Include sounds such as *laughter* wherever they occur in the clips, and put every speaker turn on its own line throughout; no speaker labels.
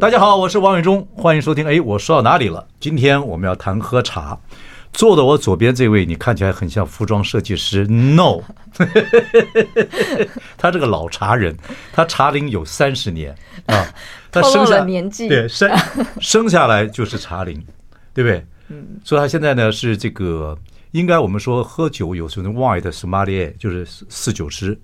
大家好，我是王伟忠，欢迎收听。哎，我说到哪里了？今天我们要谈喝茶。坐到我左边这位，你看起来很像服装设计师，no，他这个老茶人，他茶龄有三十年啊，他
透露
生
了
下
年纪
对
*laughs*
生生下来就是茶龄，对不对？嗯，所以他现在呢是这个，应该我们说喝酒有什么 wine 的 sommelier 就是四四酒师，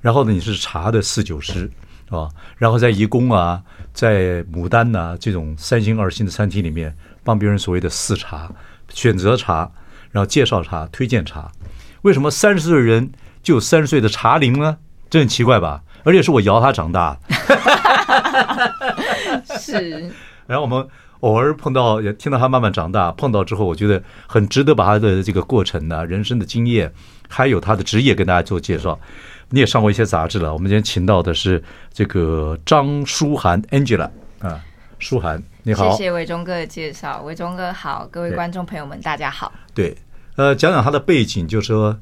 然后呢你是茶的四酒师啊，然后在怡宫啊，在牡丹呐、这种三星二星的餐厅里面，帮别人所谓的四茶，选择茶，然后介绍茶、推荐茶。为什么三十岁的人就有三十岁的茶龄呢？这很奇怪吧？而且是我摇他长大。
是，
然后我们偶尔碰到，也听到他慢慢长大，碰到之后，我觉得很值得把他的这个过程呢、人生的经验，还有他的职业跟大家做介绍。你也上过一些杂志了，我们今天请到的是这个张舒涵 Angela 啊，舒涵，你好，
谢谢伟忠哥的介绍。伟忠哥好，各位
对
观众朋友们，大家好。
对，呃，讲讲他的背景，就说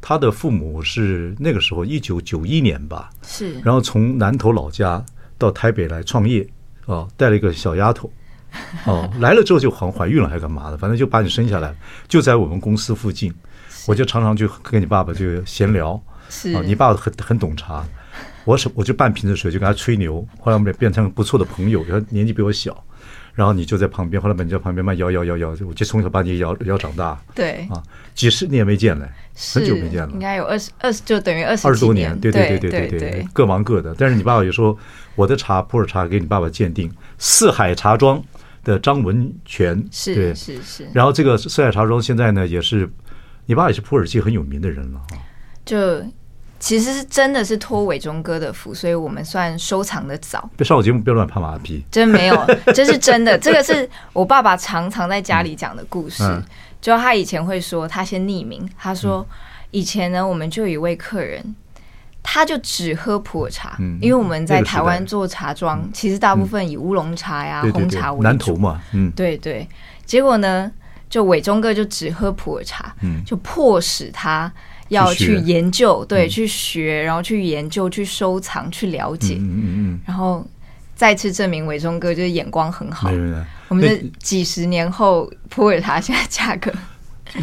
他的父母是那个时候一九九一年吧，
是
然后从南头老家到台北来创业，哦，带了一个小丫头，哦， *laughs* 来了之后就好像怀孕了还干嘛的，反正就把你生下来，就在我们公司附近，我就常常就跟你爸爸就闲聊，
是
哦，你爸爸很很懂茶，我是我就半瓶子水就跟他吹牛，后来我们也变成不错的朋友，他年纪比我小。然后你就在旁边，后来把你在旁边慢摇摇摇摇，我就从小把你摇摇长大
对，
啊，几十年没见了，
是
很久没见了
应，该有二十二十，就等于二十
二十多
年。
对
对
对对
对
对，各忙各的。但是你爸爸也说，我的茶普洱茶给你爸爸鉴定，四海茶庄的张文全对
是，是是，
然后这个四海茶庄现在呢也是，你爸也是普洱界很有名的人了哈。
就其实是真的是托伟忠哥的福，所以我们算收藏的早。
别上我节目，别乱拍马屁。
真
*laughs*
没有，这是真的。这个是我爸爸常常在家里讲的故事。
嗯
就他以前会说，他先匿名，他说、以前呢，我们就有一位客人，他就只喝普洱茶，
嗯
因为我们在
那个时代嗯
台湾做茶庄，其实大部分以乌龙茶呀、
对对
红
对
茶，为主。
南投嘛，嗯，
对对，结果呢，就伟忠哥就只喝普洱茶，
嗯
就迫使他要
去
去
学嗯
研究，对，去学，然后去研究、去收藏、去了解，
嗯嗯嗯
然后再次证明伟忠哥就是眼光很
嗯，
好
没。有没有。
我们
对
的几十年后普洱茶现在
*laughs*
价格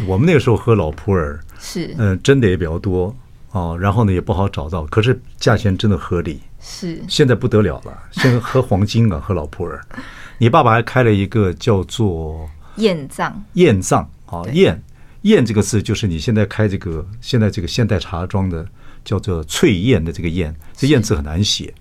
我们那个时候喝老普洱，
是
嗯，真的也比较多哦，然后呢也不好找到，可是价钱真的合理。
是
现在不得了了，现在喝黄金啊，喝老普洱。你爸爸还开了一个叫做
艳藏，
“燕藏”啊，“
对
燕”“燕”这个字就是你现在开这个现在这个现代茶庄的叫做“翠燕”的这个“燕”，这“燕”字很难写。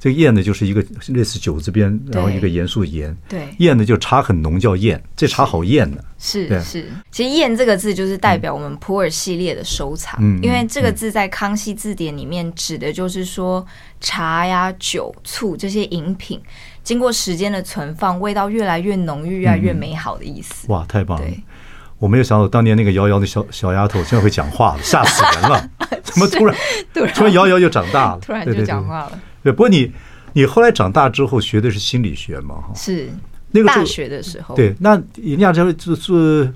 这个“燕”呢，就是一个类似酒字边，然后一个
对
严肃严。
对
燕呢，就茶很浓，叫燕。这茶好燕呢。对
是是，其实“燕”这个字就是代表我们普洱系列的收藏，
嗯嗯
因为这个字在康熙字典里面指的就是说茶呀、酒、醋这些饮品，经过时间的存放，味道越来越浓郁、越来越美好的意思。
哇，太棒了
对！
我没有想到当年那个瑶瑶的小小丫头现在会讲话了，吓死人
*laughs*
了！怎么突然
突然
突然瑶瑶就长大了？
突然
对
就
对
讲
对
话了，
对，不过你你后来长大之后学的是心理学嘛？哈，
是
那个时
大
候
学的时候，
对，那人家这做做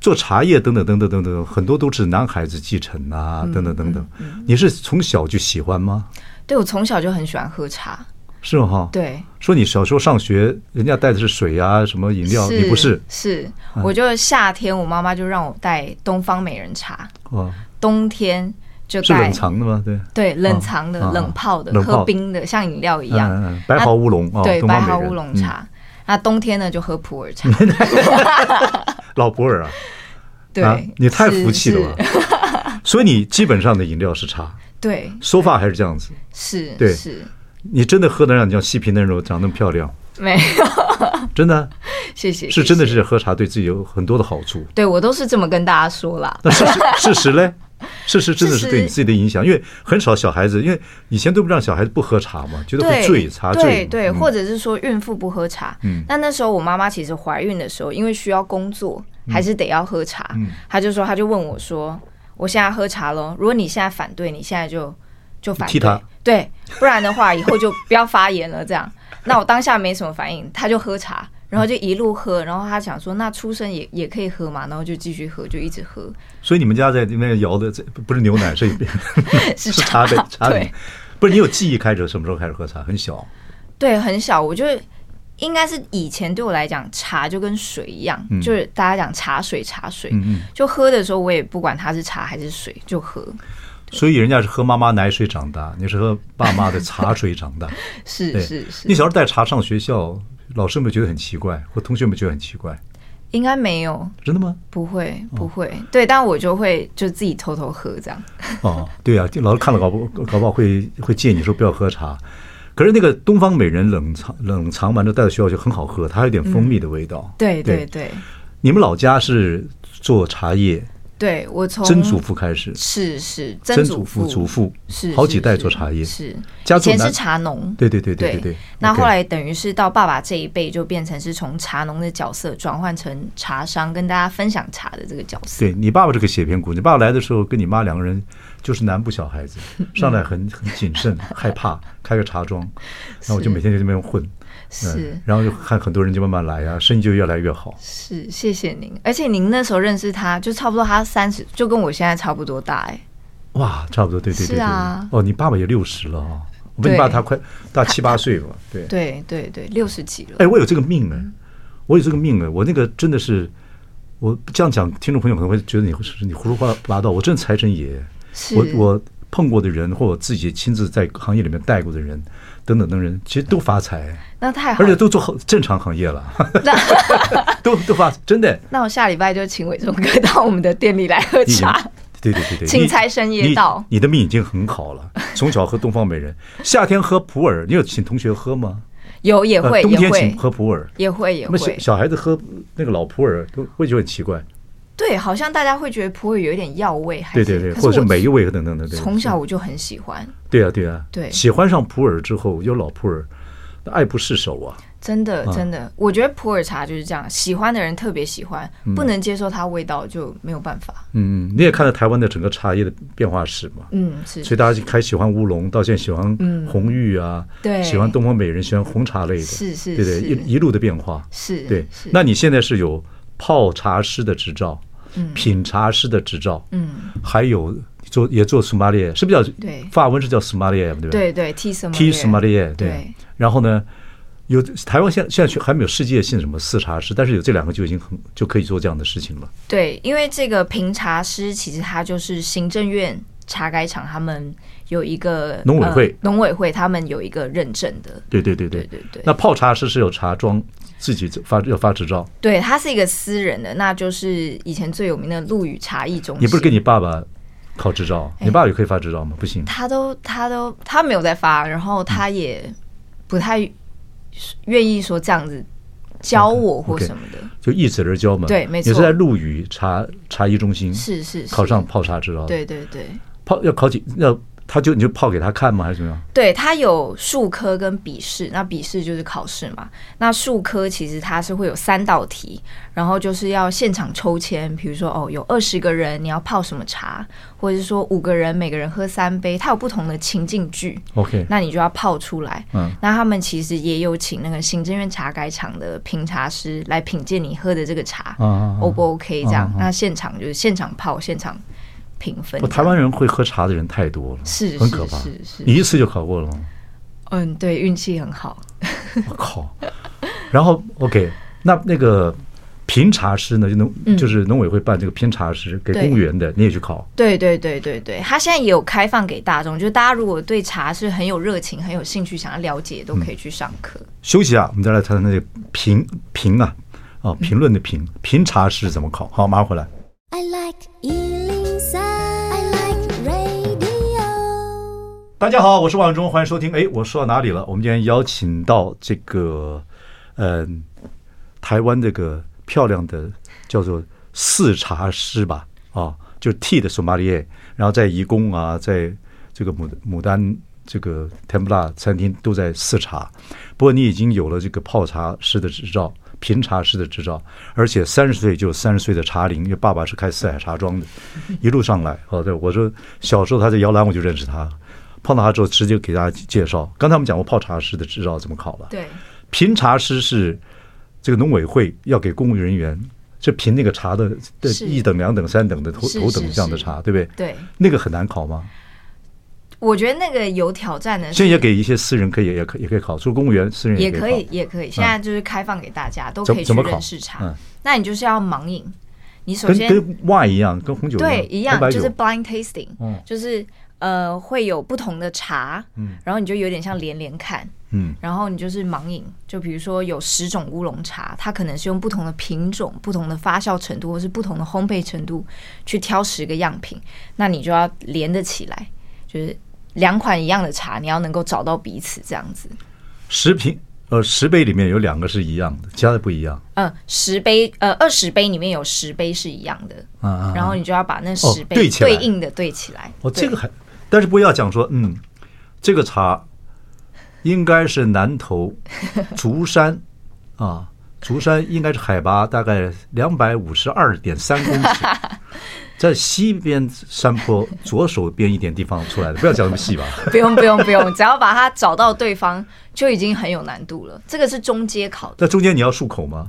做茶叶等等等等等等，很多都是男孩子继承
嗯
啊，等等等等。你是从小就喜欢吗？
对我从小就很喜欢喝茶，
是哈？，
对。
说你小时候上学，人家带的是水啊，什么饮料，你不是嗯
是，我就夏天我妈妈就让我带东方美人茶，
哦，
冬天就带
是冷藏的吗？对，
对冷藏的、
啊啊
冷泡的、
冷泡
喝冰的，像饮料一样。
嗯嗯嗯白毫乌龙
那
哦
对，
东方
白
美人嗯啊
毫乌龙茶。那冬天呢就喝普
*laughs*
洱茶，
老普洱啊，啊
对，
你太
是
福气了？
是 *laughs*
吧！所以你基本上的饮料是茶，
对，
说法还是这样子。
是，
对
是，
你真的喝的让你像细皮嫩肉，长那么漂亮，
没 *laughs* 有，
真的啊
谢谢，
是真
的， *laughs*
的是喝茶对自己有很多的好处。
对我都是这么跟大家说啦。
那事实事实嘞，是是，真的是对你自己的影响，因为很少小孩子，因为以前都不让小孩子不喝茶嘛，觉得会醉，茶
对
醉，
对，
嗯
或者是说孕妇不喝茶。
嗯
那那时候我妈妈其实怀孕的时候，因为需要工作，还是得要喝茶。
嗯
她就说，她就问我说：“我现在喝茶喽，如果你现在反对，你现在就就反
踢她
对，对，不然的话以后就不要发言了。”这样，那我当下没什么反应，她就喝茶。然后就一路喝，然后她想说，那出生也也可以喝嘛，然后就继续喝，就一直喝， *laughs*
所以你们家在那边摇的这不是牛奶，是
是
是茶的茶
对
里，不是你有记忆开始什么时候开始喝茶？很小，
对，很小，我就应该是以前对我来讲，茶就跟水一样，
嗯
就是大家讲茶水茶水，
嗯嗯，
就喝的时候我也不管它是茶还是水，就喝。
所以人家是喝妈妈奶水长大，你是喝爸妈的茶水长大。
是
对
是
你
是，
小时候带茶上学校，老师们觉得很奇怪，或同学们觉得很奇怪，
应该没有，
真的吗？
不会不会。对，但我就会就自己偷偷喝这样。
哦，对呀、啊，老师看了搞不搞不好会会建议你说不要喝茶。可是那个东方美人冷藏冷藏完之后带到学校就很好喝，它还有点蜂蜜的味道。
对对
对
对
你们老家是做茶叶，
对，我从
曾祖父开始，
是是
曾
哦祖
祖父、祖父
是
好
是
几代
是
做茶叶。
是
家
以
住
前
南
是茶农。
对对对对对。
那
OK
后来等于是到爸爸这一辈，就变成是从茶农的角色转换成茶商，跟大家分享茶的这个角色。
对你爸爸是个写片姑，你爸爸来的时候跟你妈两个人就是南部小孩子，上来很很谨慎，害怕，开个茶庄，然后我就每天就在那边混，
是
嗯，然后就看很多人就慢慢来啊，生意就越来越好。
是，谢谢您。而且您那时候认识他，就差不多他三十，就跟我现在差不多大哎、
哇，差不多，对对对
是
对。
啊
哦，你爸爸也六十了啊，我比
对
你爸他快大七八岁吧？对。
对对对，六十几了。
哎，我有这个命哎，我有这个命哎，我那个真的是，我这样讲，听众朋友可能会觉得你是你胡说八道，我真的财神爷。
是
我我碰过的人，或我自己亲自在行业里面带过的人，等等等人，其实都发财，
那太好
而且
了。
都做好正常行业了， *laughs* 都都发真的。
那我下礼拜就请伟忠哥到我们的店里来喝
你 *laughs*
*laughs*
已经
茶。
对对对对，
请
你
财神爷
你
到
你的命已经很好了，从小喝东方美
*laughs*
人，夏天喝普洱，你有请同学喝吗？
有也会
呃、冬
也
天
会
请喝普洱。
也会也
那么小
会。
小孩子喝那个老普洱，都会觉得很奇怪。
对，好像大家会觉得普洱有一点药味，还
对
是
对对，
可
或者是
我
每一味等等等等。
从小我就很喜欢，
对啊对啊，
对
喜欢上普洱之后，有老普洱，那爱不释手啊。
真的，
啊
真的，我觉得普洱茶就是这样，喜欢的人特别喜欢，不能接受它味道就没有办法。
嗯，你也看到台湾的整个茶叶的变化史嘛，
嗯，是，嗯
所以大家就开始喜欢乌龙，到现在喜欢红玉啊，
对
喜欢东方美人，喜欢红茶类的，
是是
对对，
是
一一路的变化。
是，
对
是，，
那你现在是有泡茶师的执照，
嗯
品茶师的执照，
嗯，
还有做也做 s o m a l i e 是不是叫
对
法文是叫 s o m a l i e 对不对
对对，T 什么
t s o m a l i e
对
对。然后呢，有台湾现在现在还没有世界性什么四茶师，但是有这两个就已经很就可以做这样的事情了。
对，因为这个评茶师其实他就是行政院茶改厂他们有一个
农委
呃
会
农委会他们有一个认证的，
对对对
对对对
那泡茶师是有茶庄自己发要发执照，
对，他是一个私人的，那就是以前最有名的陆羽茶艺中心。
你不是跟你爸爸考执照，你爸爸也可以发执照吗？不行。
哎他都他都他没有在发，然后他也不太愿意说这样子教我或
OK，OK
什么的。
就一子而教嘛，
对没错
也是在陆羽茶茶艺中心
是是是，
考上泡茶执照，，
对对对，
泡要考几要他就你就泡给他看吗？还是怎么样？
对他有术科跟笔试，那笔试就是考试嘛。那术科其实它是会有三道题，然后就是要现场抽签，比如说哦有二十个人你要泡什么茶，或者是说五个人每个人喝三杯，它有不同的情境剧。
OK，
那你就要泡出来。
嗯
那他们其实也有请那个行政院茶改厂的评茶师来品鉴你喝的这个茶、
啊啊
O 不 OK 这样。
嗯嗯哦
那现场就是现场泡，现场评分
我。台湾人会喝茶的人太多了，
是
很可怕。
是是是
你一次就考过了吗？
嗯，对，运气很好。
我靠！然后 OK，那那个评茶师呢，就农、
嗯
就是农委会办这个评茶师给
对
公务员的，你也去考。
对对对对对，他现在也有开放给大众，就是大家如果对茶是很有热情、很有兴趣，想要了解，都可以去上课。
休息啊，我们再来谈谈那个评评啊，
嗯
啊评论的评评茶师怎么考？好，马上回来。
I like Ealing Sound. I like radio.
大家好，我是王永忠，欢迎收听。哎，我说到哪里了？我们今天邀请到这个，嗯、台湾这个漂亮的叫做四茶师吧，啊，就是 T 的 sommelier，然后在怡宫啊，在这个牡牡丹这个 Templa 餐厅都在试茶。不过你已经有了这个泡茶师的执照。评茶师的执照，而且三十岁就有三十岁的茶龄，因为爸爸是开四海茶庄的，一路上来。好、对，我说小时候他在摇篮我就认识他，碰到他之后直接给大家介绍。刚才我们讲过泡茶师的执照怎么考了，
对，
评茶师是这个农委会要给公务人员，是评那个茶的的
是
一等、两等、三等的头
是
头
是
等项的
是
茶，对不对？
对，
那个很难考吗？
我觉得那个有挑战的是，
现在也给一些私人可以，也可也可以考，除了公务员，私人
也
可
可以，也可以。现在就是开放给大家，都可
嗯
以去
怎么考
认识茶。
嗯
那你就是要盲饮，你首
跟
先
跟 wine 一样，跟红酒
对一样
跟白
就是
酒
blind tasting，、
嗯
就是呃会有不同的茶，然后你就有点像连连看。
嗯，
然后你就是盲饮，就比如说有十种乌龙茶，它可能是用不同的品种、不同的发酵程度，或是不同的烘焙程度去挑十个样品，那你就要连得起来，就是两款一样的茶，你要能够找到彼此这样子。
十瓶呃十杯里面有两个是一样的，其他的不一样。
嗯，十杯呃二十杯里面有十杯是一样的，
啊啊
然后你就要把那十杯
对起来
应的对起来。
哦，
对
这个还，但是不要讲说，嗯，这个茶应该是南投竹山啊，竹山应该是海拔大概两百五十二点三公尺，在西边山坡左手边一点地方出来的，不要讲那么细吧。
不用不用不用，只 *laughs* 要把它找到对方就已经很有难度了。这个是中阶考的，
那中间你要漱口吗？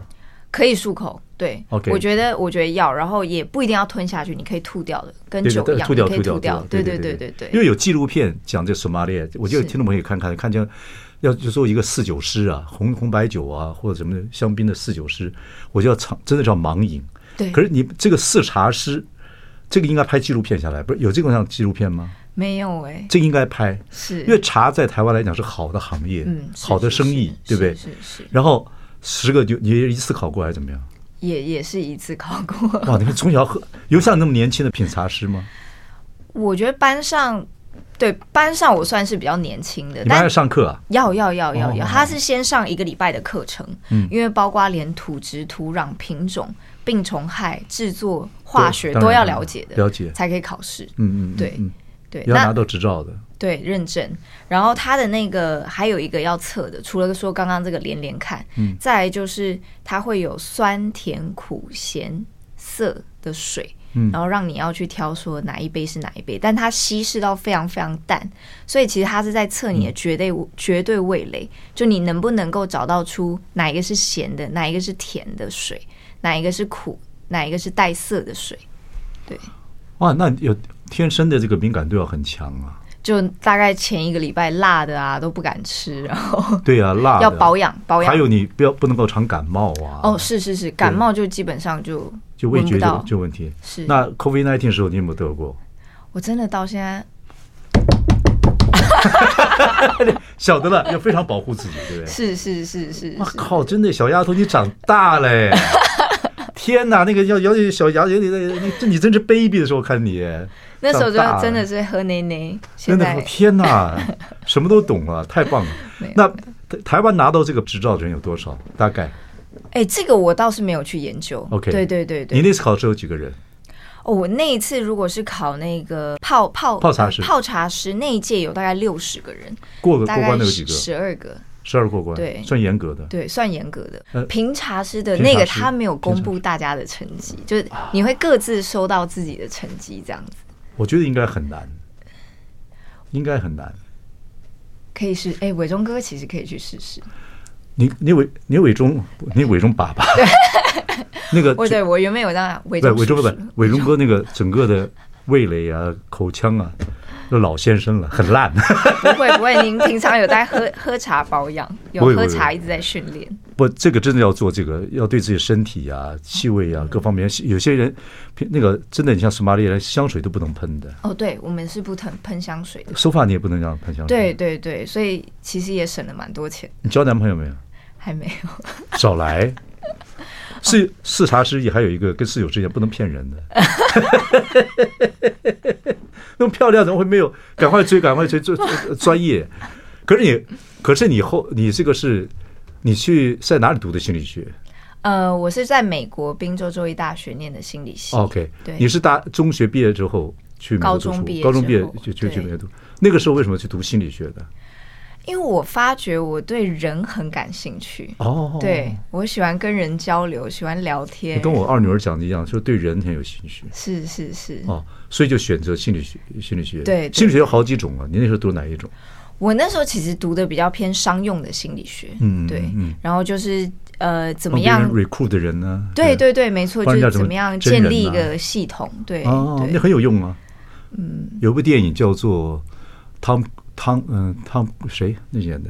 可以漱口。对
OK
我觉得我觉得要，然后也不一定要吞下去，你可以吐掉的，跟
对
酒
对
一
对，
样，
吐掉
你可以吐
掉，
对
对
对对
因为有纪录片讲这个索马列，我觉得
是
听众朋友也看看，看见要就做一个四酒师啊，红红白酒啊，或者什么香槟的四酒师，我就要尝，真的叫盲饮。
对
可是你这个四茶师，这个应该拍纪录片下来，不是有这种像纪录片吗？
没有哎、
这个应该拍，
是
因为茶在台湾来讲是好的行业，
嗯，是
好的
是
生意对
是，
不对？
是是是
然后十个就你一次考过还是怎么样？
也也是一次考过。 *laughs*
哇，你们从小喝，有像你那么年轻的品茶师吗？
我觉得班上对班上我算是比较年轻的，
你们
呃但
还上课啊？
要要要要要，
哦
他是先上一个礼拜的课程，
嗯
因为包括连土质、土壤、品种、病虫害、制作、化学
当然
都要了解的，
了解
才可以考试。
嗯嗯，嗯
对
嗯
对，
要拿
那
到执照的。
对认证。然后他的那个还有一个要测的，除了说刚刚这个连连看，
嗯
再来就是它会有酸、甜、苦、咸、涩的水。
嗯
然后让你要去挑说哪一杯是哪一杯，但它稀释到非常非常淡，所以其实它是在测
嗯
你的绝对、绝对味蕾，就你能不能够找到出哪一个是咸的，哪一个是甜的水，哪一个是苦，哪一个是带涩的水，
哇，那有天生的这个敏感度要很强啊。
就大概前一个礼拜辣的啊都不敢吃，然后
对啊，辣的
要保养保养
还。有你不要不能够常感冒啊。
哦，，是是是，感冒就基本上就
就味
闻不
觉
到
就，就问题。
是
那 COVID nineteen 时候你有没有得过？
我真的到现在
晓得了，要非常保护自己，对不对？
是是是是
我
是，
靠，真的小丫头，你长大嘞！天哪，那个要要小牙有点，你这你真是 baby 的时候看你，
那时候
长大
就
了
真的是喝奶奶，现
真的
在
天哪，什么都懂了，太棒了
没有。
那台台湾拿到这个执照的人有多少？大概
哎、这个我倒是没有去研究。
OK
对对对
你
对。
那次考试有几个人？
哦，我那一次如果是考那个泡泡
泡茶师
泡茶师那一届有大概六十个人，
过个
大
过关
概
的有几个？
十二个，
十二过关，
对
算严格的。
对，算严格的。
呃
评茶师的
评茶
那
师
个他没有公布大家的成绩，就是你会各自收到自己的成绩，这样子
我觉得应该很难，应该很难。
可以是哎，伟忠哥其实可以去试试。
你你伟你伟忠你伟忠爸爸，那个
哦，对我原本有让伟
不
忠
伟忠
叔
不
叔
是伟忠哥那个整个的味蕾啊、口腔啊，都老先生了，很烂。 *laughs*
不会不会，您平常有在喝喝茶保养，有
不会不
喝
会
茶一直在训练。
不，这个真的要做这个，要对自己身体啊、气味啊各方面，有些人那个真的，你像索马利人，香水都不能喷的，
哦，对，我们是不喷喷香水的。
手法你也不能让喷香水。
对，对对，所以其实也省了蛮多钱，
你交男朋友没有？
还没有。 *laughs*
少来。是是茶师也还有一个跟室友之间不能骗人的， *laughs* 那么漂亮怎么会没有？赶快追，赶快追，这专业。可是你，可是你后你这个是，你去在哪里读的心理学？
呃，我是在美国宾州州立大学念的心理系。
哦 OK，
对
你是大中学毕业之后去美国
高
读
中
书
毕业
高中毕业
之后
就就去
对
美国读。那个时候为什么去读心理学的？
因为我发觉我对人很感兴趣，
哦，
对，我喜欢跟人交流，喜欢聊天。
你跟我二女儿讲的一样，说对人很有兴趣
是是是，
哦，所以就选择心理学。心理学
对对
心理学有好几种啊，你那时候读哪一种？
我那时候其实读的比较偏商用的心理学，
嗯
对
嗯嗯，
然后就是呃怎么
帮别人
样。
recruit 的人啊呢？
对对对，没错，
帮人
就
家
是
怎
怎
么
么样
真人
建
呐
立一个系统，对
哦，那
对，
很有用啊。嗯，有一部电影叫做汤汤嗯汤谁那演的？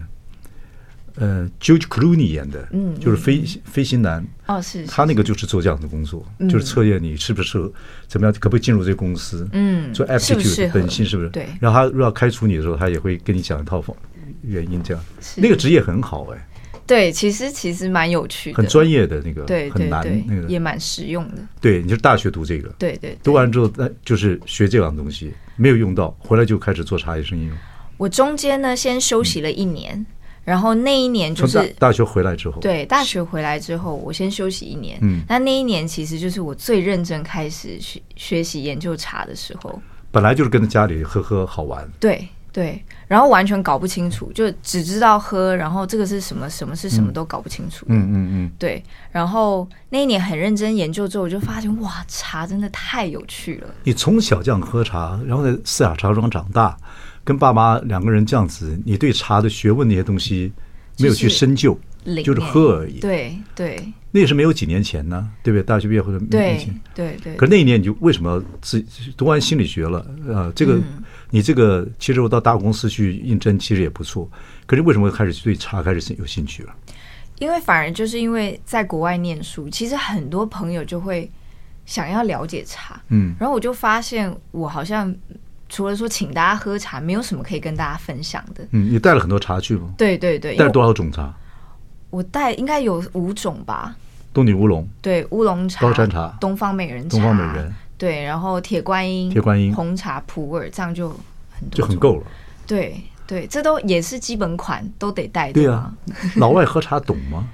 呃，George Clooney 演的，
嗯
就是飞飞行男，
哦是，是
他那个就是做这样的工作，
嗯
就是测验你是不是适合，怎么样，可不可以进入这个公司，
嗯
做
适不
aptitude
适合
本性是不是？
对
然后他如果要开除你的时候，他也会跟你讲一套方原因，这样
是
那个职业很好哎，
对，其实其实蛮有趣的，
很专业的那个，
对
很
对
难
对
那，个
也，蛮实用的，
对，你就是大学读这个，
对对。
读完之后，那就是学这样东西，没有用到，回来就开始做茶叶生意了。
我中间呢先休息了一年，然后那一年就
从大
是
大学回来之后，，
对，大学回来之后，我先休息一年。
嗯
那那一年其实就是我最认真开始学学习研究茶的时候。
本来就是跟着家里喝喝好玩，
对对，然后完全搞不清楚，就只知道喝，然后这个是什么，什么是什么都搞不清楚。
嗯嗯嗯，
对，然后那一年很认真研究之后，我就发现哇，茶真的太有趣了。
你从小这样喝茶，然后在四海茶庄长大，跟爸妈两个人这样子，你对茶的学问那些东西没有去深究，
零
就是
年
喝而已。
对对
那也是没有几年前呢，对不对？大学毕业或者没
对
前。
对对，
可是那一年你就为什么要自读完心理学了？呃，这个、
嗯
你这个其实我到大公司去应征其实也不错，可是为什么开始对茶开始有兴趣了？
因为反而就是因为在国外念书，其实很多朋友就会想要了解茶，
嗯
然后我就发现我好像除了说请大家喝茶，没有什么可以跟大家分享的。
嗯，你带了很多茶去吗？
对对对，因
带
为
了多少种茶？
我带应该有五种吧，
东岭乌龙、
对，乌龙茶、
高山茶
东方美人茶、
东方美人，
对，然后铁观音、
铁观音
红茶、普洱，这样就很多，
就很。够了。
对对，这都也是基本款，都得带
对
的
啊，老外喝茶懂
*laughs*
吗？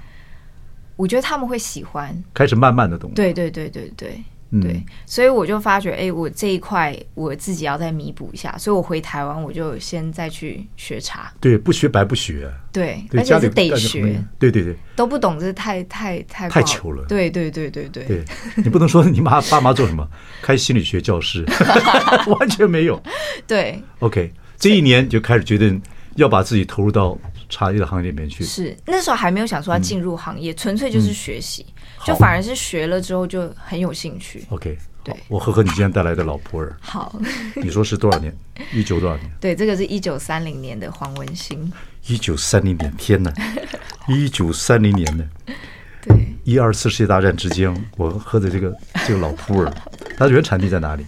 我觉得他们会喜欢，
开始慢慢的懂了。
对对对对对。
嗯
对，所以我就发觉，哎、我这一块我自己要再弥补一下，所以我回台湾我就先再去学茶，
对，不学白不学，
对，
对
而且
家里
是得
干什么
学，
呀对对对
都不懂，这太太太
太
不好
糗了
对对对对对， *laughs*
对，你不能说你妈爸妈做什么，开心理学教室， *laughs* 完全没有。
对
OK，这一年就开始决定要把自己投入到茶叶的行业里面去。
是那时候还没有想说要进入行业，纯粹就是学习，就
嗯好
反而是学了之后就很有兴趣。
OK，好
对，
我喝喝你今天带来的老普洱， *laughs*
好，
你说是多少年？一九多少年？
对，这个是一九三零年的黄文兴，
一九三零年，天哪！一九三零年呢？
对，
一二次世界大战之间，我喝的这个这个老普洱，它的原产地在哪里？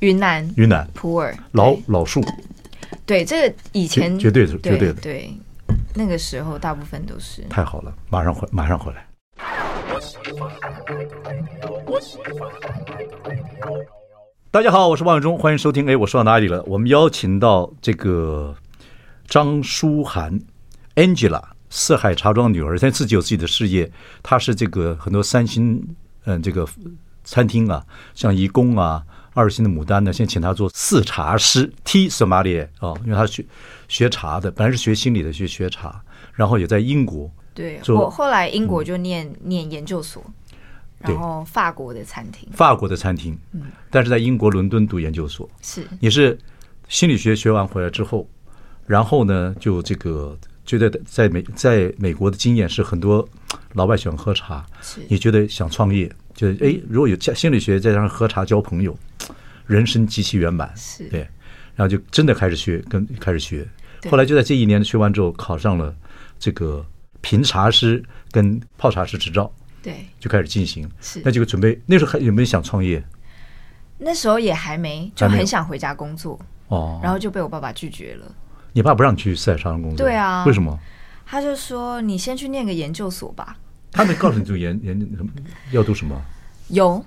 云南
云南
普洱
老
对
老树，
对，这个以前
绝绝对的绝对的
对，那个时候大部分都是
太好了，马上回马上回来。大家好，我是王永忠，欢迎收听。哎，我说到哪里了？我们邀请到这个张舒涵 Angela 四海茶庄女儿，她自己有自己的事业，她是这个很多三星嗯这个餐厅啊，像怡宫啊、二星的牡丹呢，现在请她做四茶师 T sommelier 啊、因为她学学茶的，本来是学心理的，学学茶，然后也在英国
对
做
我后来英国就念、念研究所，
嗯对
然后法国的餐厅
法国的餐厅，但是在英国伦敦读研究所。
是
你是心理学学完回来之后，然后呢，就这个觉得在美在美国的经验是很多老外喜欢喝茶
是，
你觉得想创业，就是哎，如果有加心理学再加上喝茶交朋友，人生极其圆满，
是
对，然后就真的开始学，跟开始学，
对
后来就在这一年学完之后考上了这个评茶师跟泡茶师执照。
对，
就开始进行，
是
那就准备那时候还有没有想创业？
那时候也还没就
还没有
很想回家工作，
哦，
然后就被我爸爸拒绝了。
你爸不让你去赛场工作，
对啊
为什么？
他就说：“你先去念个研究所吧。
他们告诉你读研研什么要读什么？”
有，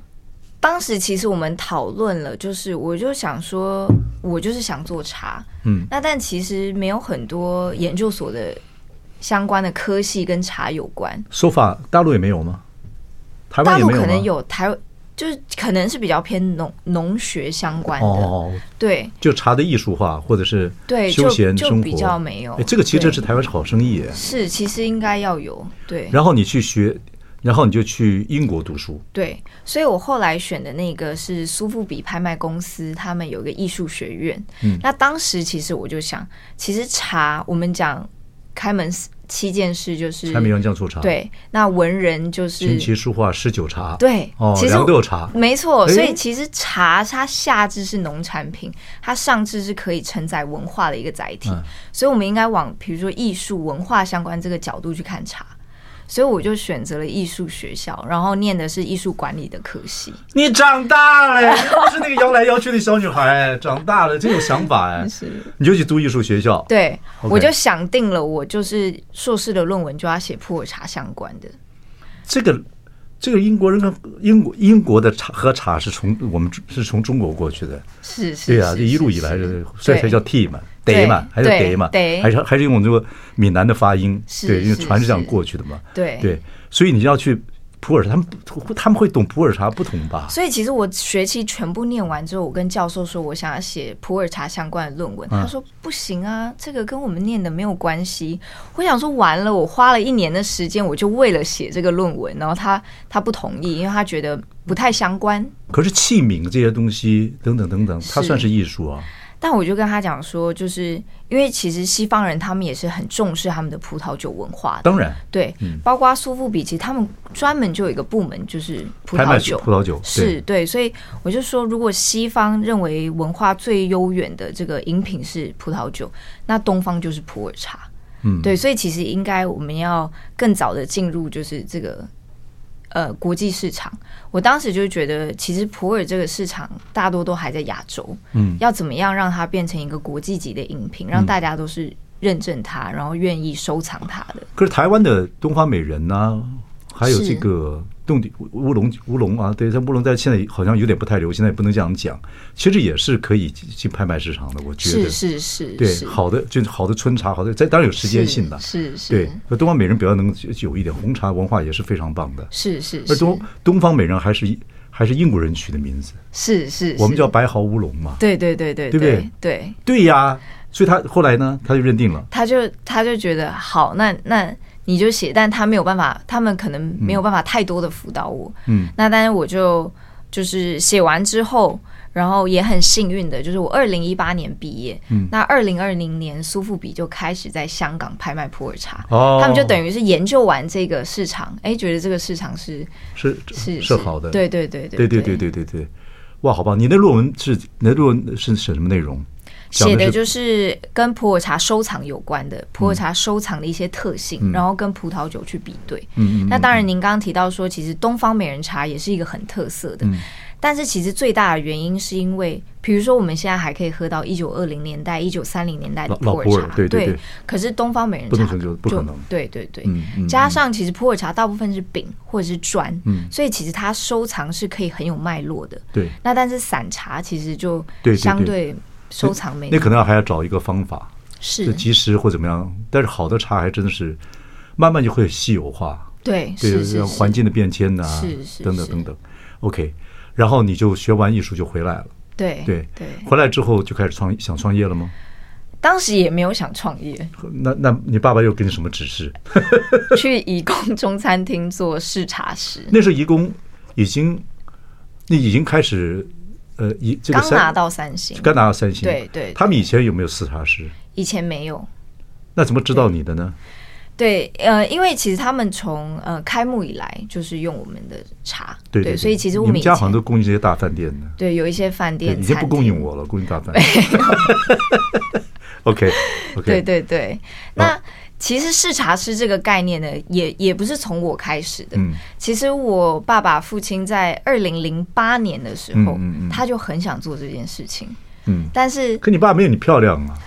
当时其实我们讨论了，就是我就想说，我就是想做茶，
嗯，
那但其实没有很多研究所的相关的科系跟茶有关。
说法大陆也没有吗？台
大
湾也
陆
没有
可
吗
能有台，就是可能是比较偏农农学相关的，
哦，
对
就茶的艺术化或者是
对，
休
就
闲
就
生活
比较没有
哎。这个其实这
对
是台湾是好生意耶。
是，其实应该要有对。
然后你去学，然后你就去英国读书。
对，所以我后来选的那个是苏富比拍卖公司，他们有一个艺术学院。
嗯
那当时其实我就想，其实茶，我们讲开门四七件事就是
柴米油酱醋茶，，
嗯对，那文人就是
琴棋书画诗酒茶，，
对，
哦，
其实
然后都
我
有茶，
没错，
哎
所以其实茶它下至是农产品，它上至是可以承载文化的一个载体，
嗯
所以我们应该往比如说艺术文化相关这个角度去看茶。所以我就选择了艺术学校，然后念的是艺术管理的科系。
你长大了，你不是那个摇来摇去的小女孩，哎长大了真有想法
*laughs*
哎，你就去读艺术学校，
对
OK
我就想定了，我就是硕士的论文就要写普洱茶相关的。
这个。这个英国人跟英国英国的茶喝茶是从我们是从中国过去的，
是是，
对啊，
是
这一路
是
以来
是
的，所以才
对
叫 tea 嘛，
对
得嘛，还是
对
得嘛
得，
还是还是用这个闽南的发音，
是
对，因为
是
船是这样
是
过去的嘛，
对
对，所以你要去普洱，他们不他们会懂普洱茶不懂吧？
所以其实我学期全部念完之后，我跟教授说我想要写普洱茶相关的论文，
嗯
他说不行啊，这个跟我们念的没有关系。我想说完了，我花了一年的时间，我就为了写这个论文，然后他他不同意，因为他觉得不太相关。
可是器皿这些东西等等等等，它
是
算是艺术啊。
但我就跟他讲说，就是因为其实西方人他们也是很重视他们的葡萄酒文化的，
当嗯然，
对，包括苏富比，其实他们专门就有一个部门就是葡
拍卖
萄
酒
酒，
葡萄酒
是对，所以我就说，如果西方认为文化最悠远的这个饮品是葡萄酒，那东方就是普洱茶。
嗯，
对，所以其实应该我们要更早的进入就是这个呃国际市场。我当时就觉得，其实普洱这个市场大多都还在亚洲，
嗯，
要怎么样让它变成一个国际级的饮品，让大家都是认证它，然后愿意收藏它的。
可是台湾的东方美人呐、还有这个洞顶乌乌龙乌龙啊，对，像乌龙在现在好像有点不太流行，那也不能这样讲。其实也是可以进进拍卖市场的，我觉
是
得。
是是，
对，
是
好的就是好的春茶，好的，这当然有时间性的。
是是，
对，那东方美人比较能久一点，红茶文化也是非常棒的。
是是
而
是
东东方美人还是还是英国人取的名字，
是是，
我们
是
叫白毫乌龙嘛。
对对对对
对不对
对对，
对呀，所以他后来呢，他就认定了。
他就他就觉得好，那那你就写，但他没有办法，他们可能没有办法太多的辅导我。
嗯，
那但是我就就是写完之后，然后也很幸运的，就是我二零一八年毕业，
嗯
那二零二零年苏富比就开始在香港拍卖普洱茶。
哦，
他们就等于是研究完这个市场，哎，觉得这个市场是
是
是
是好的，
对对对
对对
对
对对对对，哇，好棒！你的论文是你的论文是写什么内容？讲
写的
是嗯
就是跟普洱茶收藏有关的，普洱茶收藏的一些特性，然后跟葡萄酒去比对。
嗯嗯
那当然，您刚刚提到说，其实东方美人茶也是一个很特色
嗯
的，但是其实最大的原因是因为，比如说我们现在还可以喝到一九二零年代、一九三零年代的
老
普洱
老
茶
普洱，对对对
可是东方美人
不能
茶
成就不可能
对对对，
嗯嗯
加上其实普洱茶大部分是饼或者是砖，
嗯
所以其实它收藏是可以很有脉络的。
对，
那但是散茶其实就
对对
相
对
对收藏没
那可能还要找一个方法，就是及时或怎么样。但是好的茶还真的是慢慢就会稀有化，
对
对
是是
环境的变迁呐、
是是
等等
是
等等。OK，然后你就学完艺术就回来了，
对
对
对，
回来之后就开始创想创业了吗？
当时也没有想创业，
那那你爸爸又给你什么指示？
去义工中餐厅做试茶师，
那时候移工已经，你已经开始，呃，移这个
刚
三
拿到三星，
刚拿到三星，
对对对
他们以前有没有四茶师？
以前没有。
那怎么知道你的呢？
对，呃，因为其实他们从呃开幕以来就是用我们的茶，
对对，
所以其实我
你们
以
家
前
好像都供应这些大饭店的，
对有一些饭
对
店
已经不
餐
供
厅
应我了，供应大饭店。OK *laughs* OK，
对对对，那其实试茶师这个概念呢，也也不是从我开始的。
嗯
其实我爸爸父亲在二零零八年的时候，
嗯嗯嗯
他就很想做这件事情，
嗯，*laughs*
但是
可你爸没有你漂亮啊，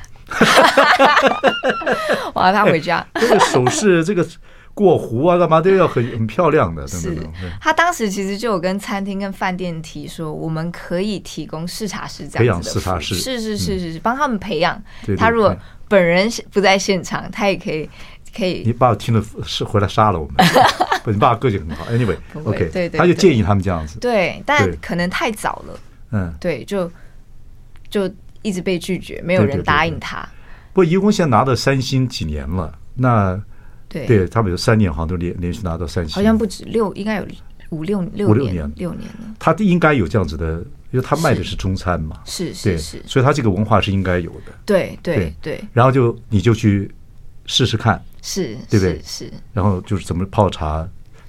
我要他回家。
哎这个首饰这个过壶啊，干嘛都要很很漂亮的，等
是
等等等，
他当时其实就有跟餐厅、跟饭店提说，我们可以提供试茶师这
培
样
养
子的
试茶
服务
师
是是是是是，帮他们培养
嗯对对。
他如果
对
本人不在现场，他也可以可以 *laughs*
你爸爸听了是回来杀了我们。你爸个性很好
不会
，anyway，OK，、
对对
他就
对
建议他们这样子，
对，但
对
可能太早了，
嗯。
对，就就一直被拒绝，没有
对对
人
对
答
对
应他。
不过移工现在拿到三星几年了，那
对
对他们有三年好像都连连续拿到三星，
好像不止六，应该有五六六
五六
年
年
六年了。
他应该有这样子的，因为他卖的
是
是中餐嘛，
是
对，
是是，
所以他这个文化是应该有的。
对对对，
然后就你就去试试看，
是，
对不对
是是，
然后就是怎么泡茶，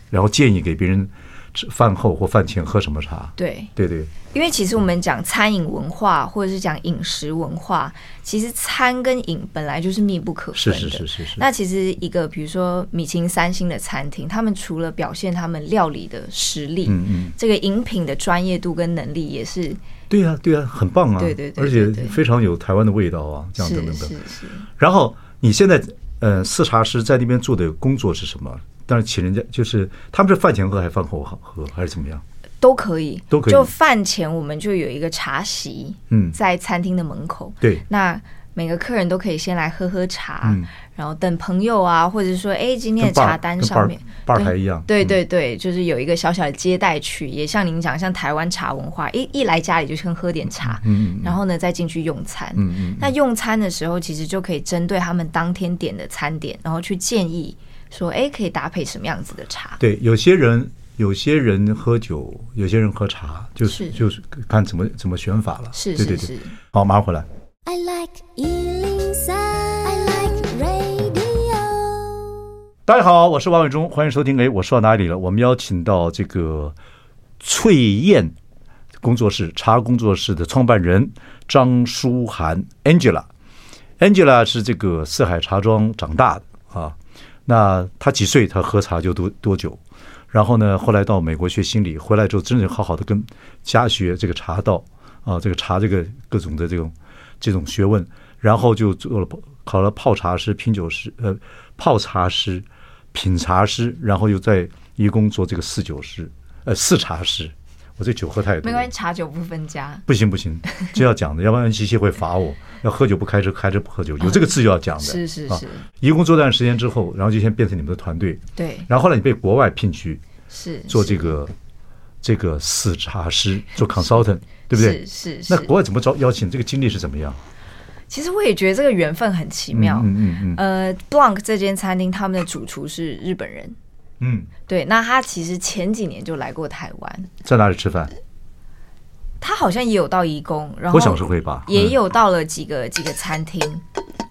然后建议给别人吃饭后或饭前喝什么茶。
对，
对对，
因为其实我们讲餐饮文化或者是讲饮食文化，其实餐跟饮本来就是密不可
是
分的。
是是是是。
那其实一个比如说米其林三星的餐厅，他们除了表现他们料理的实力，
嗯嗯，
这个饮品的专业度跟能力也是
对呀、对呀、很棒啊！
对对对
而
对
且
对
非常有台湾的味道啊，这样
是
等等等
是。是，
然后你现在呃，四茶师在那边做的工作是什么？当然，请人家就是他们是饭前喝还是饭后喝还是怎么样？
都可以，
都可以
就饭前我们就有一个茶席，
嗯
在餐厅的门口，
对，
那每个客人都可以先来喝喝茶，
嗯
然后等朋友啊，或者说哎今天的
跟 bar-
茶单
跟
上
bar-
面
bar
对
台一样
对
嗯
对对，就是有一个小小的接待区，也像您讲，像台湾茶文化，一一来家里就先喝点茶，
嗯嗯嗯
然后呢再进去用餐。
嗯嗯
那用餐的时候，其实就可以针对他们当天点的餐点，然后去建议说，哎，可以搭配什么样子的茶？
对，有些人有些人喝酒，有些人喝茶，就是
是
就是看怎么怎么选法了。
是
对
是
对
是
对，，好，马上回来。
I like Ealing Sound. I like radio.
大家好，我是王伟忠，欢迎收听。哎，我说到哪里了？我们邀请到这个翠燕工作室茶工作室的创办人张舒涵 Angela。Angela 是这个四海茶庄长大的啊。那她几岁？她喝茶就多多久？然后呢，后来到美国学心理，回来之后真正好好的跟家学这个茶道啊，这个茶这个各种的这种这种学问，然后就做了泡考了泡茶师、品酒师，呃，泡茶师、品茶师，然后又在义工做这个四酒师，呃，四茶师。我这酒喝太多了，
没关系，茶酒不分家。
不行不
*laughs*
行，这要讲的，要不然 NCC 会罚我。要喝酒不开车，开车不喝酒，有这个字就要讲的。
是是
啊
是，
一共做段时间之后，然后就先变成你们的团队，
对，
然后后来你被国外聘去
是
做
是
这个这个死茶师，做 consultant，对不对？
是是
那
是。
国外怎么招邀请？这个经历是怎么样？
其实我也觉得这个缘分很奇妙。
嗯嗯嗯
呃，Blanc 这间餐厅他们的主厨是日本人，
嗯，
对，那他其实前几年就来过台湾，
在哪里吃饭？
他好像也有到义工，然后
我想是会吧。
也
嗯
有到了几个几个餐厅，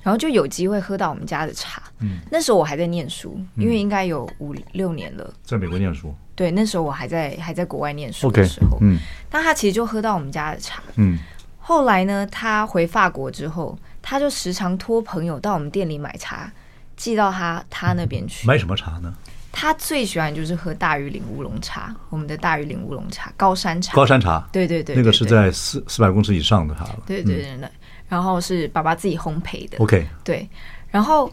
然后就有机会喝到我们家的茶。
嗯
那时候我还在念书，因为应该有五六年了。
在美国念书。
对，那时候我还在还在国外念书
OK，
的时候，
嗯
呃那他其实就喝到我们家的茶。
嗯，
后来呢，他回法国之后，他就时常托朋友到我们店里买茶，寄到他他那边去。
买什么茶呢？
他最喜欢就是喝大榆岭乌龙茶，我们的大榆岭乌龙茶，高山茶。
高山茶。
*laughs* 对对对，
那个
对
是
对
在四四百公尺以上的茶了。
对对对对对，然后是爸爸自己烘焙的。
OK，
对，然后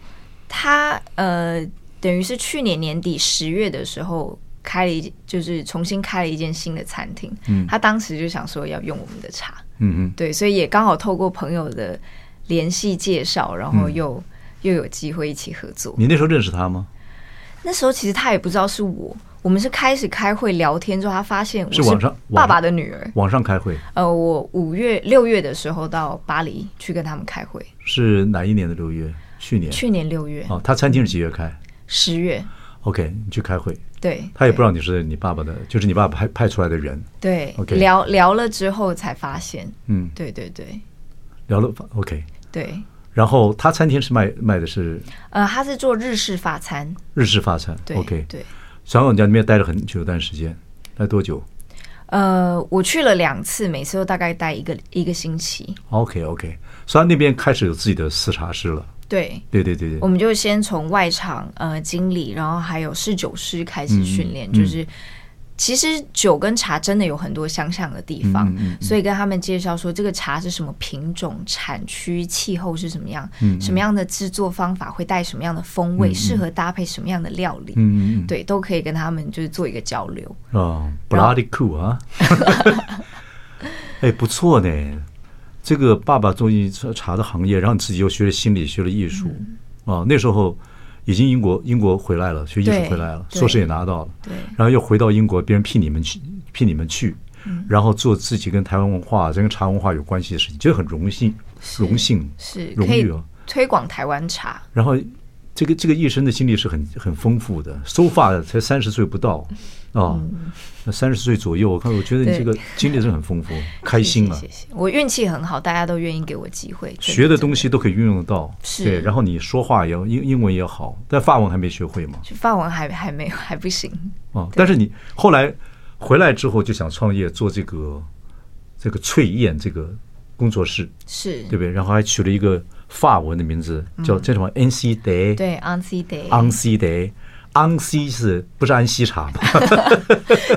他呃，等于是去年年底十月的时候开了一，就是重新开了一间新的餐厅。嗯，他当时就想说要用我们的茶，
嗯
对，所以也刚好透过朋友的联系介绍，然后又、又有机会一起合作
嗯，。你那时候认识他吗？
那时候其实他也不知道是我。我们是开始开会聊天之后，他发现我
是网上
爸爸的女儿。
网上开会
呃，我五月六月的时候到巴黎去跟他们开会，
是哪一年的六月？去年。
去年六月、
哦，他餐厅是几月开
十月，
？OK，你去开会，
对，
他也
对
不知道你是你爸爸
嗯
的，就是你爸爸派派出来的人。
对
OK
聊聊了之后才发现，
嗯，
对对对
聊了 OK，
对，
然后他餐厅是卖卖的是
呃，他是做日式法餐，
日式法餐。
对
OK，
对，
然后你在那边待了很久一段时间，待多久
呃，我去了两次，每次都大概待一个一个星期，
？OK OK，所以他那边开始有自己的私茶室了。
对。
对对对
我
对，
们就先从外场呃经理，然后还有侍酒师开始训练，
嗯
就是其实酒跟茶真的有很多相像的地
嗯
方，
嗯嗯
所以跟他们介绍说这个茶是什么品种、产区、气候是什么样，
嗯嗯
什么样的制作方法会带什么样的风
嗯
味，
嗯
适合搭配什么样的料理。
嗯嗯
对，都可以跟他们就是做一个交流。
嗯，哦，bloody cool 啊！哎， *laughs* 不错呢，这
嗯
个爸爸做一茶的行业，然后你自己又学了心理，学了艺术啊。那时候已经英国英国回来了，学艺术
对
回来了，
对
硕士也拿到了，
对
然后又回到英国，别人聘你们去，聘你们去，
嗯
然后做自己跟台湾文化、这跟茶文化有关系的事情，这很荣幸，荣幸
是
荣
可以
誉啊。
推广台湾茶，
然后这个这个一生的经历是很很丰富的，收发才三十岁不到啊，
嗯
三十岁左右，我看我觉得你这个经历是很
*laughs*
丰富，开心啊
谢，谢谢谢我运气很好，大家都愿意给我机会，真
学的
真
东西都可以运用得到，
是
对，然后你说话也要英英文也好，但法文还没学会嘛，
就法文还还没有还不行，
啊，但是你后来回来之后就想创业做这个这个翠燕这个工作室，
是嗯
对不对？然后还取了一个法文的名字叫叫什么 N C Day，
对 on C day，
安西的，安西是不是安西茶吗？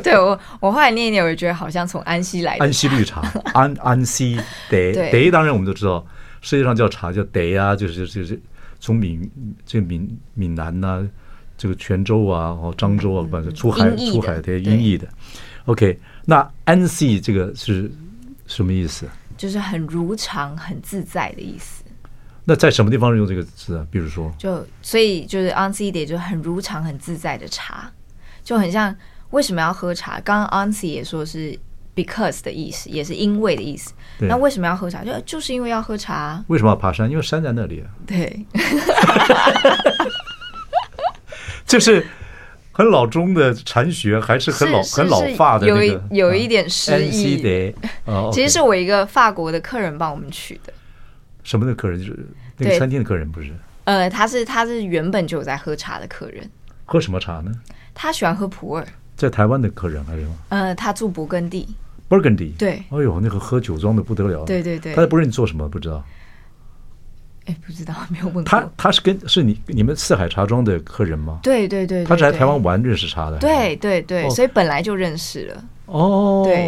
对我我后来念一念，我就觉得好像从安溪来的
安西绿
*laughs*
茶，安安西得
对
得，当然我们都知道，世界上叫茶叫得啊，就是就是从闽这闽闽南呐、这个泉州啊，哦漳州啊，反正出海
音译
出
的
海的
对
音译的。OK，那安西这个是什么意思？
就是很如常、很自在的意思。
那在什么地方用这个字啊？比如说，
就所以就是 on C day 就很如常、很自在的茶，就很像为什么要喝茶？刚刚 on C 也说是 because 的意思，也是因为的意思。
对
那为什么要喝茶？就就是因为要喝茶。啊
为什么要爬山？因为山在那里、啊，
对，
就是很老中的禅学，还是很老
是是
很老发的那
是
个，嗯
有一有一点诗意
安西得，哦，
其实是
OK
我一个法国的客人帮我们取的。
什么的客人就是那个
对
餐厅的客人，不是
呃，他是他是原本就有在喝茶的客人，
喝什么茶呢？
他喜欢喝普洱。
在台湾的客人还有
呃，他住勃艮第，
Burgundy，
对
哎呦，那个喝酒庄的不得了，啊
对对对
他在 Burgundy 做什么不知道？
哎，不知道 *laughs* 没有问过。
他他是跟是你你们四海茶庄的客人吗？
对对对，对
他是来
对
台湾玩认识茶的，
对对对，
哦
所以本来就认识了，
哦，
对，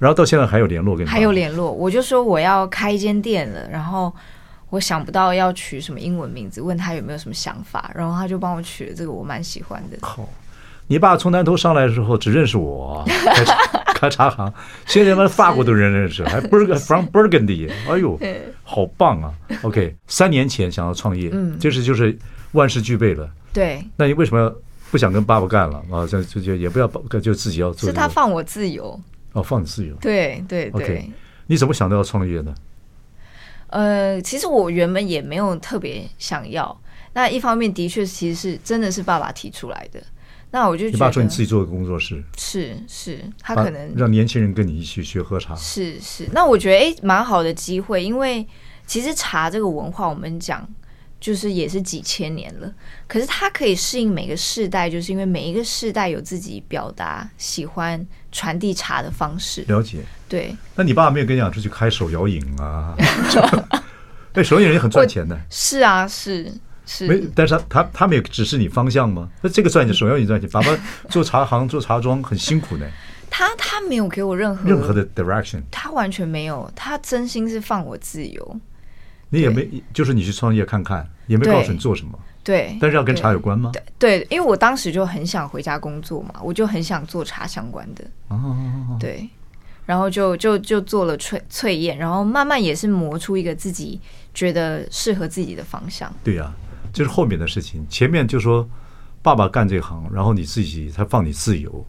然后到现在还有联络跟你们
还有联络。我就说我要开一间店了，然后我想不到要取什么英文名字，问他有没有什么想法，然后他就帮我取了这个，我蛮喜欢的。
靠。你爸从南头上来的时候只认识我，啊开茶
*laughs*
开茶行，现在他妈法国都人认识，还 Burg from Burgundy，哎呦，好棒啊！OK，三年前想要创业，
嗯
这是就是万事俱备了，
对，
那你为什么不想跟爸爸干了啊？这这就也不要爸就自己要做、
是
这个，
他放我自由。
哦放你自由。
对对对。
OK，你怎么想到要创业呢？
呃，其实我原本也没有特别想要。那一方面的确其实是真的是爸爸提出来的。那我就
你
觉
爸
得
说你自己做个工作室，
是是，他
他
可能
让年轻人跟你一起学喝茶。
是是，那我觉得诶，蛮好的机会，因为其实茶这个文化，我们讲就是也是几千年了，可是它可以适应每个世代，就是因为每一个世代有自己表达、喜欢、传递茶的方式。
了解。
对，
那你爸没有跟你讲出去开手摇饮啊？
*laughs*
哎，手摇饮也很赚钱的，
是啊，是
没
是，，
但是他他他们也指示你方向吗？那这个赚钱，手摇饮赚钱，爸爸做茶行做茶庄很辛苦呢，
他他没有给我任何
任何的 direction
他完全没有，他真心是放我自由。
你也没，就是你去创业看看，也没
对
告诉你做什么，
对，
但是要跟
对
茶有关吗？
对，因为我当时就很想回家工作嘛，我就很想做茶相关的。
哦，
对，然后就就就做了翠翠燕，然后慢慢也是磨出一个自己觉得适合自己的方向。
对呀、这是后面的事情，前面就说爸爸干这行，然后你自己他放你自由，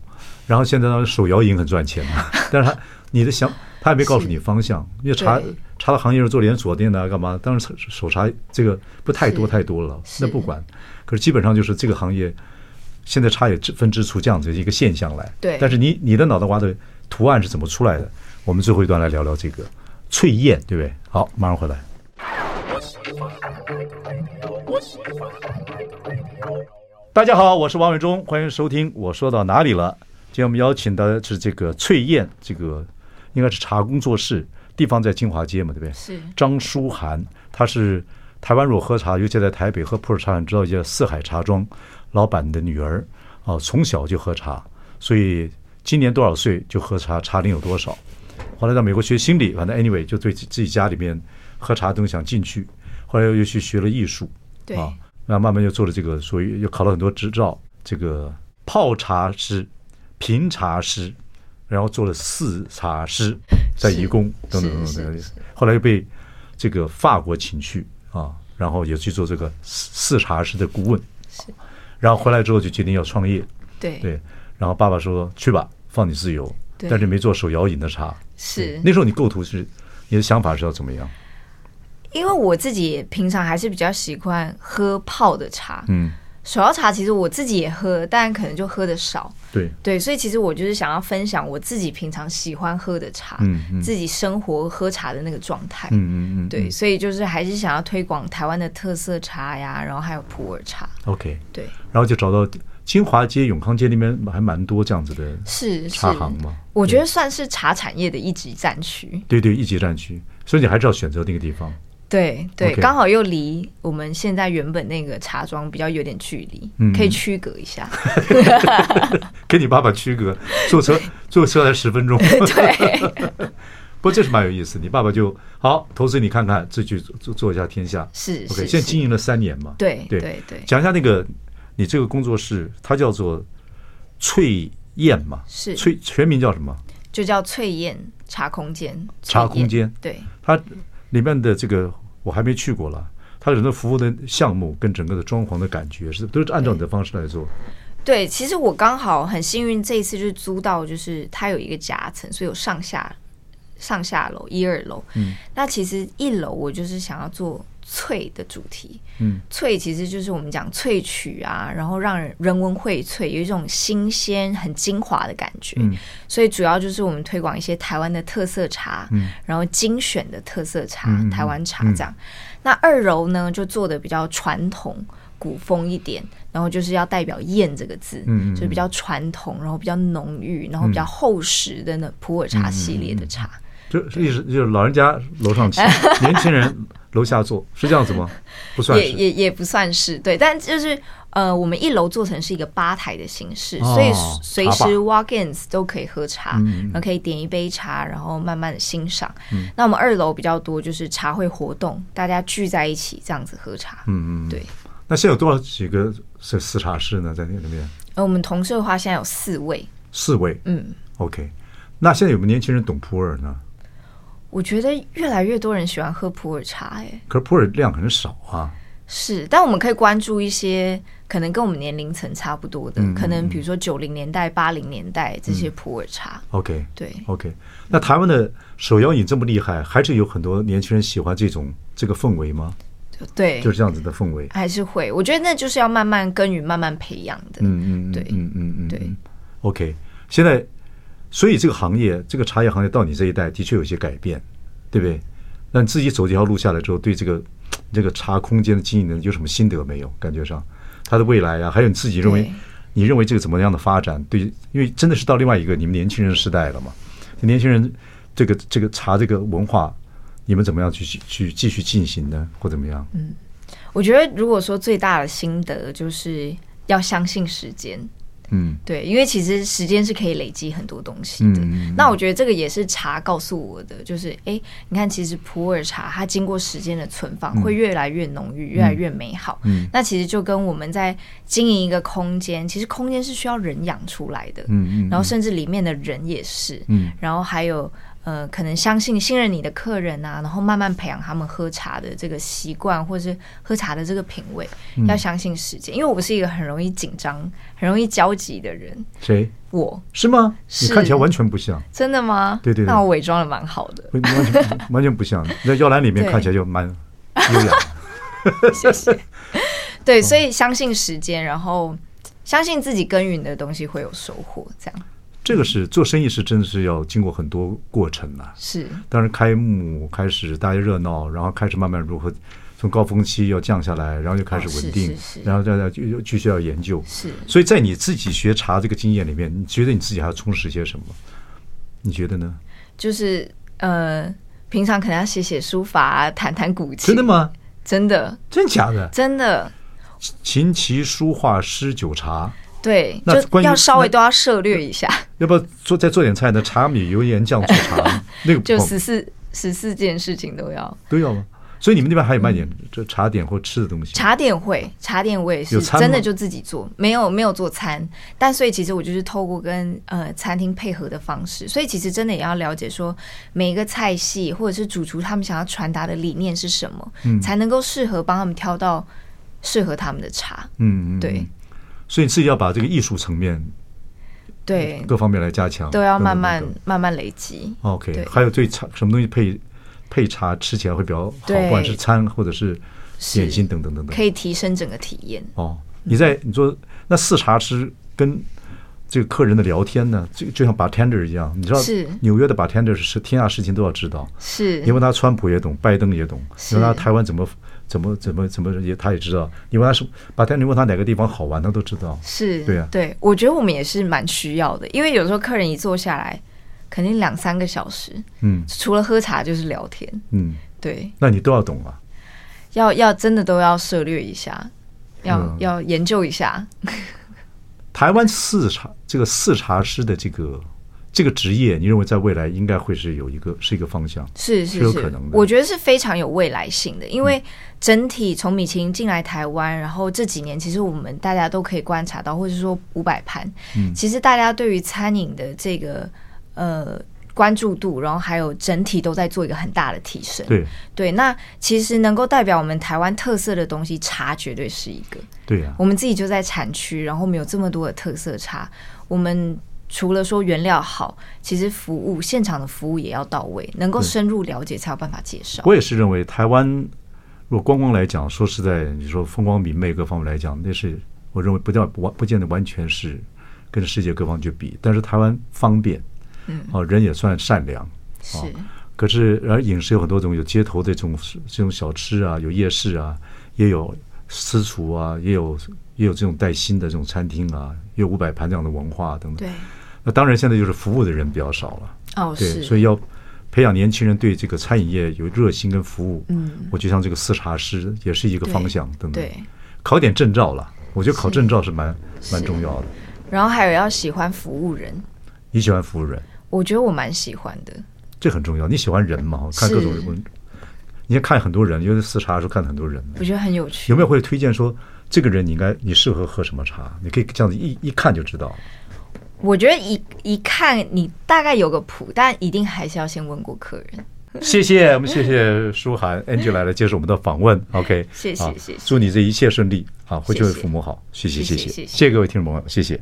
然后现在当然手摇饮很赚钱
*laughs*
嘛，但是他你的想他也没告诉你方向，因为茶
对
茶的行业是做连锁店的啊，干嘛？当然手茶这个不太多
是
太多了，
是
那不管，可是基本上就是这个行业现在茶也支分支出这样子一个现象来，
对
但是你你的脑袋瓜的图案是怎么出来的？我们最后一段来聊聊这个翠燕，对不对？好，马上回来。大家好，我是王伟忠，欢迎收听。我说到哪里了？今天我们邀请的是这个翠燕，这个应该是茶工作室，地方在金华街嘛，对不对？
是
张淑涵，她是台湾如果喝茶，尤其在台北喝普洱茶，你知道叫四海茶庄老板的女儿啊，从小就喝茶，所以今年多少岁就喝茶，茶龄有多少？后来到美国学心理，反正 anyway 就对自自己家里面喝茶都想进去，后来又去学了艺术，
对
啊，那慢慢又做了这个，所以又考了很多执照，这个泡茶师、评茶师，然后做了四茶
*laughs*
师，在
是
怡工等等等等
是
等等
是是，
后来又被这个法国请去啊，然后也去做这个四四茶师的顾问，然后回来之后就决定要创业，
对
对，然后爸爸说去吧，放你自由，
对
但是没做手摇饮的茶。
是
那时候你构图是你的想法是要怎么样？
因为我自己平常还是比较习惯喝泡的茶，
嗯，
手摇茶其实我自己也喝，但可能就喝的少。
对，
对，所以其实我就是想要分享我自己平常喜欢喝的茶，
嗯嗯
自己生活喝茶的那个状态。
嗯嗯嗯，
对，所以就是还是想要推广台湾的特色茶呀，然后还有普洱茶。
，OK，
对，
然后就找到金华街、永康街那边还蛮多这样子的
是是
茶行嘛，
我觉得算是茶产业的一级战区。
对对，一级战区，所以你还是要选择那个地方。
对对，
OK
刚好又离我们现在原本那个茶庄比较有点距离，
嗯
可以区隔一
*laughs*
下。
跟你爸爸区隔，坐
*laughs*
车坐车才十分钟。
对，
*laughs* 不过这是蛮有意思，你爸爸就好投资你看看，这去做做一下天下。
是
OK，
是
现在
是，
经营了三年嘛。
对
对
对对，
讲一下那个你这个工作室，它叫做翠燕嘛，
是
翠全名叫什么？
就叫翠燕茶空间。
茶
翠燕
空间
对，
它里面的这个我还没去过了。它整个服务的项目跟整个的装潢的感觉是都是按照你的方式来做，
对，其实我刚好很幸运，这一次就是租到，就是它有一个夹层，所以有上下上下楼一二楼。嗯，那其实一楼我就是想要做翠的主题。
嗯，
翠其实就是我们讲萃取啊，然后让人人文荟萃，有一种新鲜、很精华的感觉。
嗯，
所以主要就是我们推广一些台湾的特色茶，
嗯
然后精选的特色茶、
嗯嗯
台湾茶
嗯
这样。那二楼呢，就做的比较传统、古风一点，然后就是要代表“燕”这个字，
嗯嗯嗯嗯
就是比较传统，然后比较浓郁，然后比较厚实的那普洱茶系列的茶。
就意思就是老人家楼上吃，年轻人楼下坐，是这样子
*laughs*
吗？不算
也
是，
也也不算是对，但就是呃，我们一楼做成是一个吧台的形式，
哦
所以随
茶吧
时 walk ins 都可以喝茶，
嗯嗯嗯
然后可以点一杯茶，然后慢慢的欣赏。那我们二楼比较多就是茶会活动，大家聚在一起这样子喝茶。
嗯嗯。
对，
那现在有多少几个是四茶师呢？在那里面
而我们同事的话现在有四位，
四位。
嗯，
OK，那现在有没有年轻人懂普洱呢？
我觉得越来越多人喜欢喝普洱茶、欸，哎，
可是普洱量很少啊。
是，但我们可以关注一些可能跟我们年龄层差不多
嗯
的，可能比如说九零年代、八零年代这些普洱茶，
OK
对。
OK，那台湾的手摇饮这么厉害，还是有很多年轻人喜欢这种这个氛围吗？
对，
就是这样子的氛围。
还是会，我觉得那就是要慢慢耕耘、慢慢培养的。
嗯嗯嗯，
对
嗯嗯嗯，
对
嗯。OK，现在，所以这个行业，这个茶叶行业到你这一代的确有一些改变，对不对？那你自己走这条路下来之后，对这个这个茶空间的经营呢，有什么心得没有？感觉上它的未来啊，还有你自己认为
对，
你认为这个怎么样的发展？对，因为真的是到另外一个你们年轻人时代了嘛，年轻人这个这个茶这个文化，你们怎么样去去去继续进行呢？或怎么样？
嗯我觉得如果说最大的心得就是要相信时间，
嗯
对，因为其实时间是可以累积很多东西的。
嗯，
那我觉得这个也是茶告诉我的，就是哎、诶你看，其实普洱茶它经过时间的存放，会越来越浓郁，越来越美好。
嗯
那其实就跟我们在经营一个空间，其实空间是需要人养出来的，
嗯嗯
然后甚至里面的人也是，
嗯
然后还有呃，可能相信信任你的客人啊，然后慢慢培养他们喝茶的这个习惯，或是喝茶的这个品味，
嗯
要相信时间，因为我是一个很容易紧张、很容易焦急的人，
谁
我。
是吗？你
是
看起来完全不像。
真的吗？
对对对
那我伪装的蛮好的，
不完全
*laughs*
完全不像，在摇篮里面
对
看起来就蛮优雅。
谢谢。
哦
对，所以相信时间，然后相信自己耕耘的东西会有收获，这样
这个是做生意是真的是要经过很多过程的、
是
当然开幕开始大家热闹，然后开始慢慢如何从高峰期要降下来，然后又开始
哦
稳
是
定，
是是
然后大家就又继续要研究。
是。
所以在你自己学茶这个经验里面，你觉得你自己还要充实些什么？你觉得呢？
就是呃，平常可能要写写书法、啊，弹弹古琴。
真的？吗？
真的，
真假的？
真的，
琴棋书画诗酒茶，
对，
那
就
关于
要稍微
那
都要涉略一下， *laughs*
要不要做再做点菜呢？茶米油盐酱醋茶，那个不
*laughs* 就
碰
十四十四件事情都要。
都要吗？所以你们那边还有卖点这茶点或吃的东西？
茶点会，茶点我也是
有餐吗
真的就自己做，没有没有做餐，但所以其实我就是透过跟呃餐厅配合的方式，所以其实真的也要了解说每一个菜
嗯
系或者是主厨他们想要传达的理念是什么，才能够适合帮他们挑到适合他们的茶。
嗯，嗯
对，
嗯所以你自己要把这个艺术层面
对，
各方面来加强，
都要
等等
慢慢
等等
慢慢累积。
OK，
对
还有对茶什么东西配配茶吃起来会比较好，
对
不管是餐或者是
是
点心等等等等
可。以提升整个体验。
哦，你在你说那试茶师跟这个客人的聊天呢，就就像 bartender 一样，你知道
是
纽约的 bartender 是天下事情都要知道，
是
你问他川普也懂，拜登也懂，
是
你问他台湾怎么怎么怎么怎么也他也知道，你问他什么 bartender 你问他哪个地方好玩，他都知道。
是，
对啊
对，我觉得我们也是蛮需要的，因为有时候客人一坐下来，肯定两三个小时，
嗯
除了喝茶就是聊天，
嗯，
对，
那你都要懂啊。
要要真的都要涉略一下，要、
嗯
要研究一下， *laughs*
台湾四茶这个四茶师的这个这个职业，你认为在未来应该会是有一个是一个方向？
是
是有
是
可
是
能，的嗯
我觉得是非常有未来性的，因为整体从米其林进来台湾，然后这几年其实我们大家都可以观察到，或者说五百盘，
嗯
其实大家对于餐饮的这个呃关注度，然后还有整体都在做一个很大的提升。
对
对，那其实能够代表我们台湾特色的东西，茶绝对是一个。
对啊呀、
我们自己就在产区，然后我们有这么多的特色茶，我们除了说原料好，其实服务现场的服务也要到位，能够深入了解才有办法介绍。
我也是认为台湾，如果光光来讲，说实在，你说风光明媚各方面来讲，那是我认为不叫不完不见得完全是跟世界各方去比，但是台湾方便，嗯，啊，人也算善良，
是
哦可是，而饮食有很多种，有街头的这种这种小吃啊，有夜市啊，也有私厨啊，也有也有这种带薪的这种餐厅啊，也有五百盘这样的文化等等。
对，
那当然，现在就是服务的人比较少了，
哦
对，
是，
所以要培养年轻人对这个餐饮业有热心跟服务。
嗯，
我就像这个四茶师也是一个方向等等。
对，
考点证照了，我觉得考
是
证照是蛮蛮
是
重要的。
然后还有要喜欢服务人，
你喜欢服务人，
我觉得我蛮喜欢的。
这很重要。你喜欢人嘛？看各种
是
人，你也看很多人，因为四茶的时候看很多人。
我觉得很有趣
有，没有会推荐说这个人你应该你适合喝什么茶？你可以这样子一一看就知道。
我觉得一一看你大概有个谱，但一定还是要先问过客人。
*laughs* 谢谢，我们谢谢舒
*laughs*
涵 Angela 来接受我们的访问。OK，
谢谢
啊
谢谢
祝你这一切顺利啊，回去为
谢谢
父母好，谢谢
谢谢
谢谢，
谢谢
谢谢各位听众朋友，谢谢。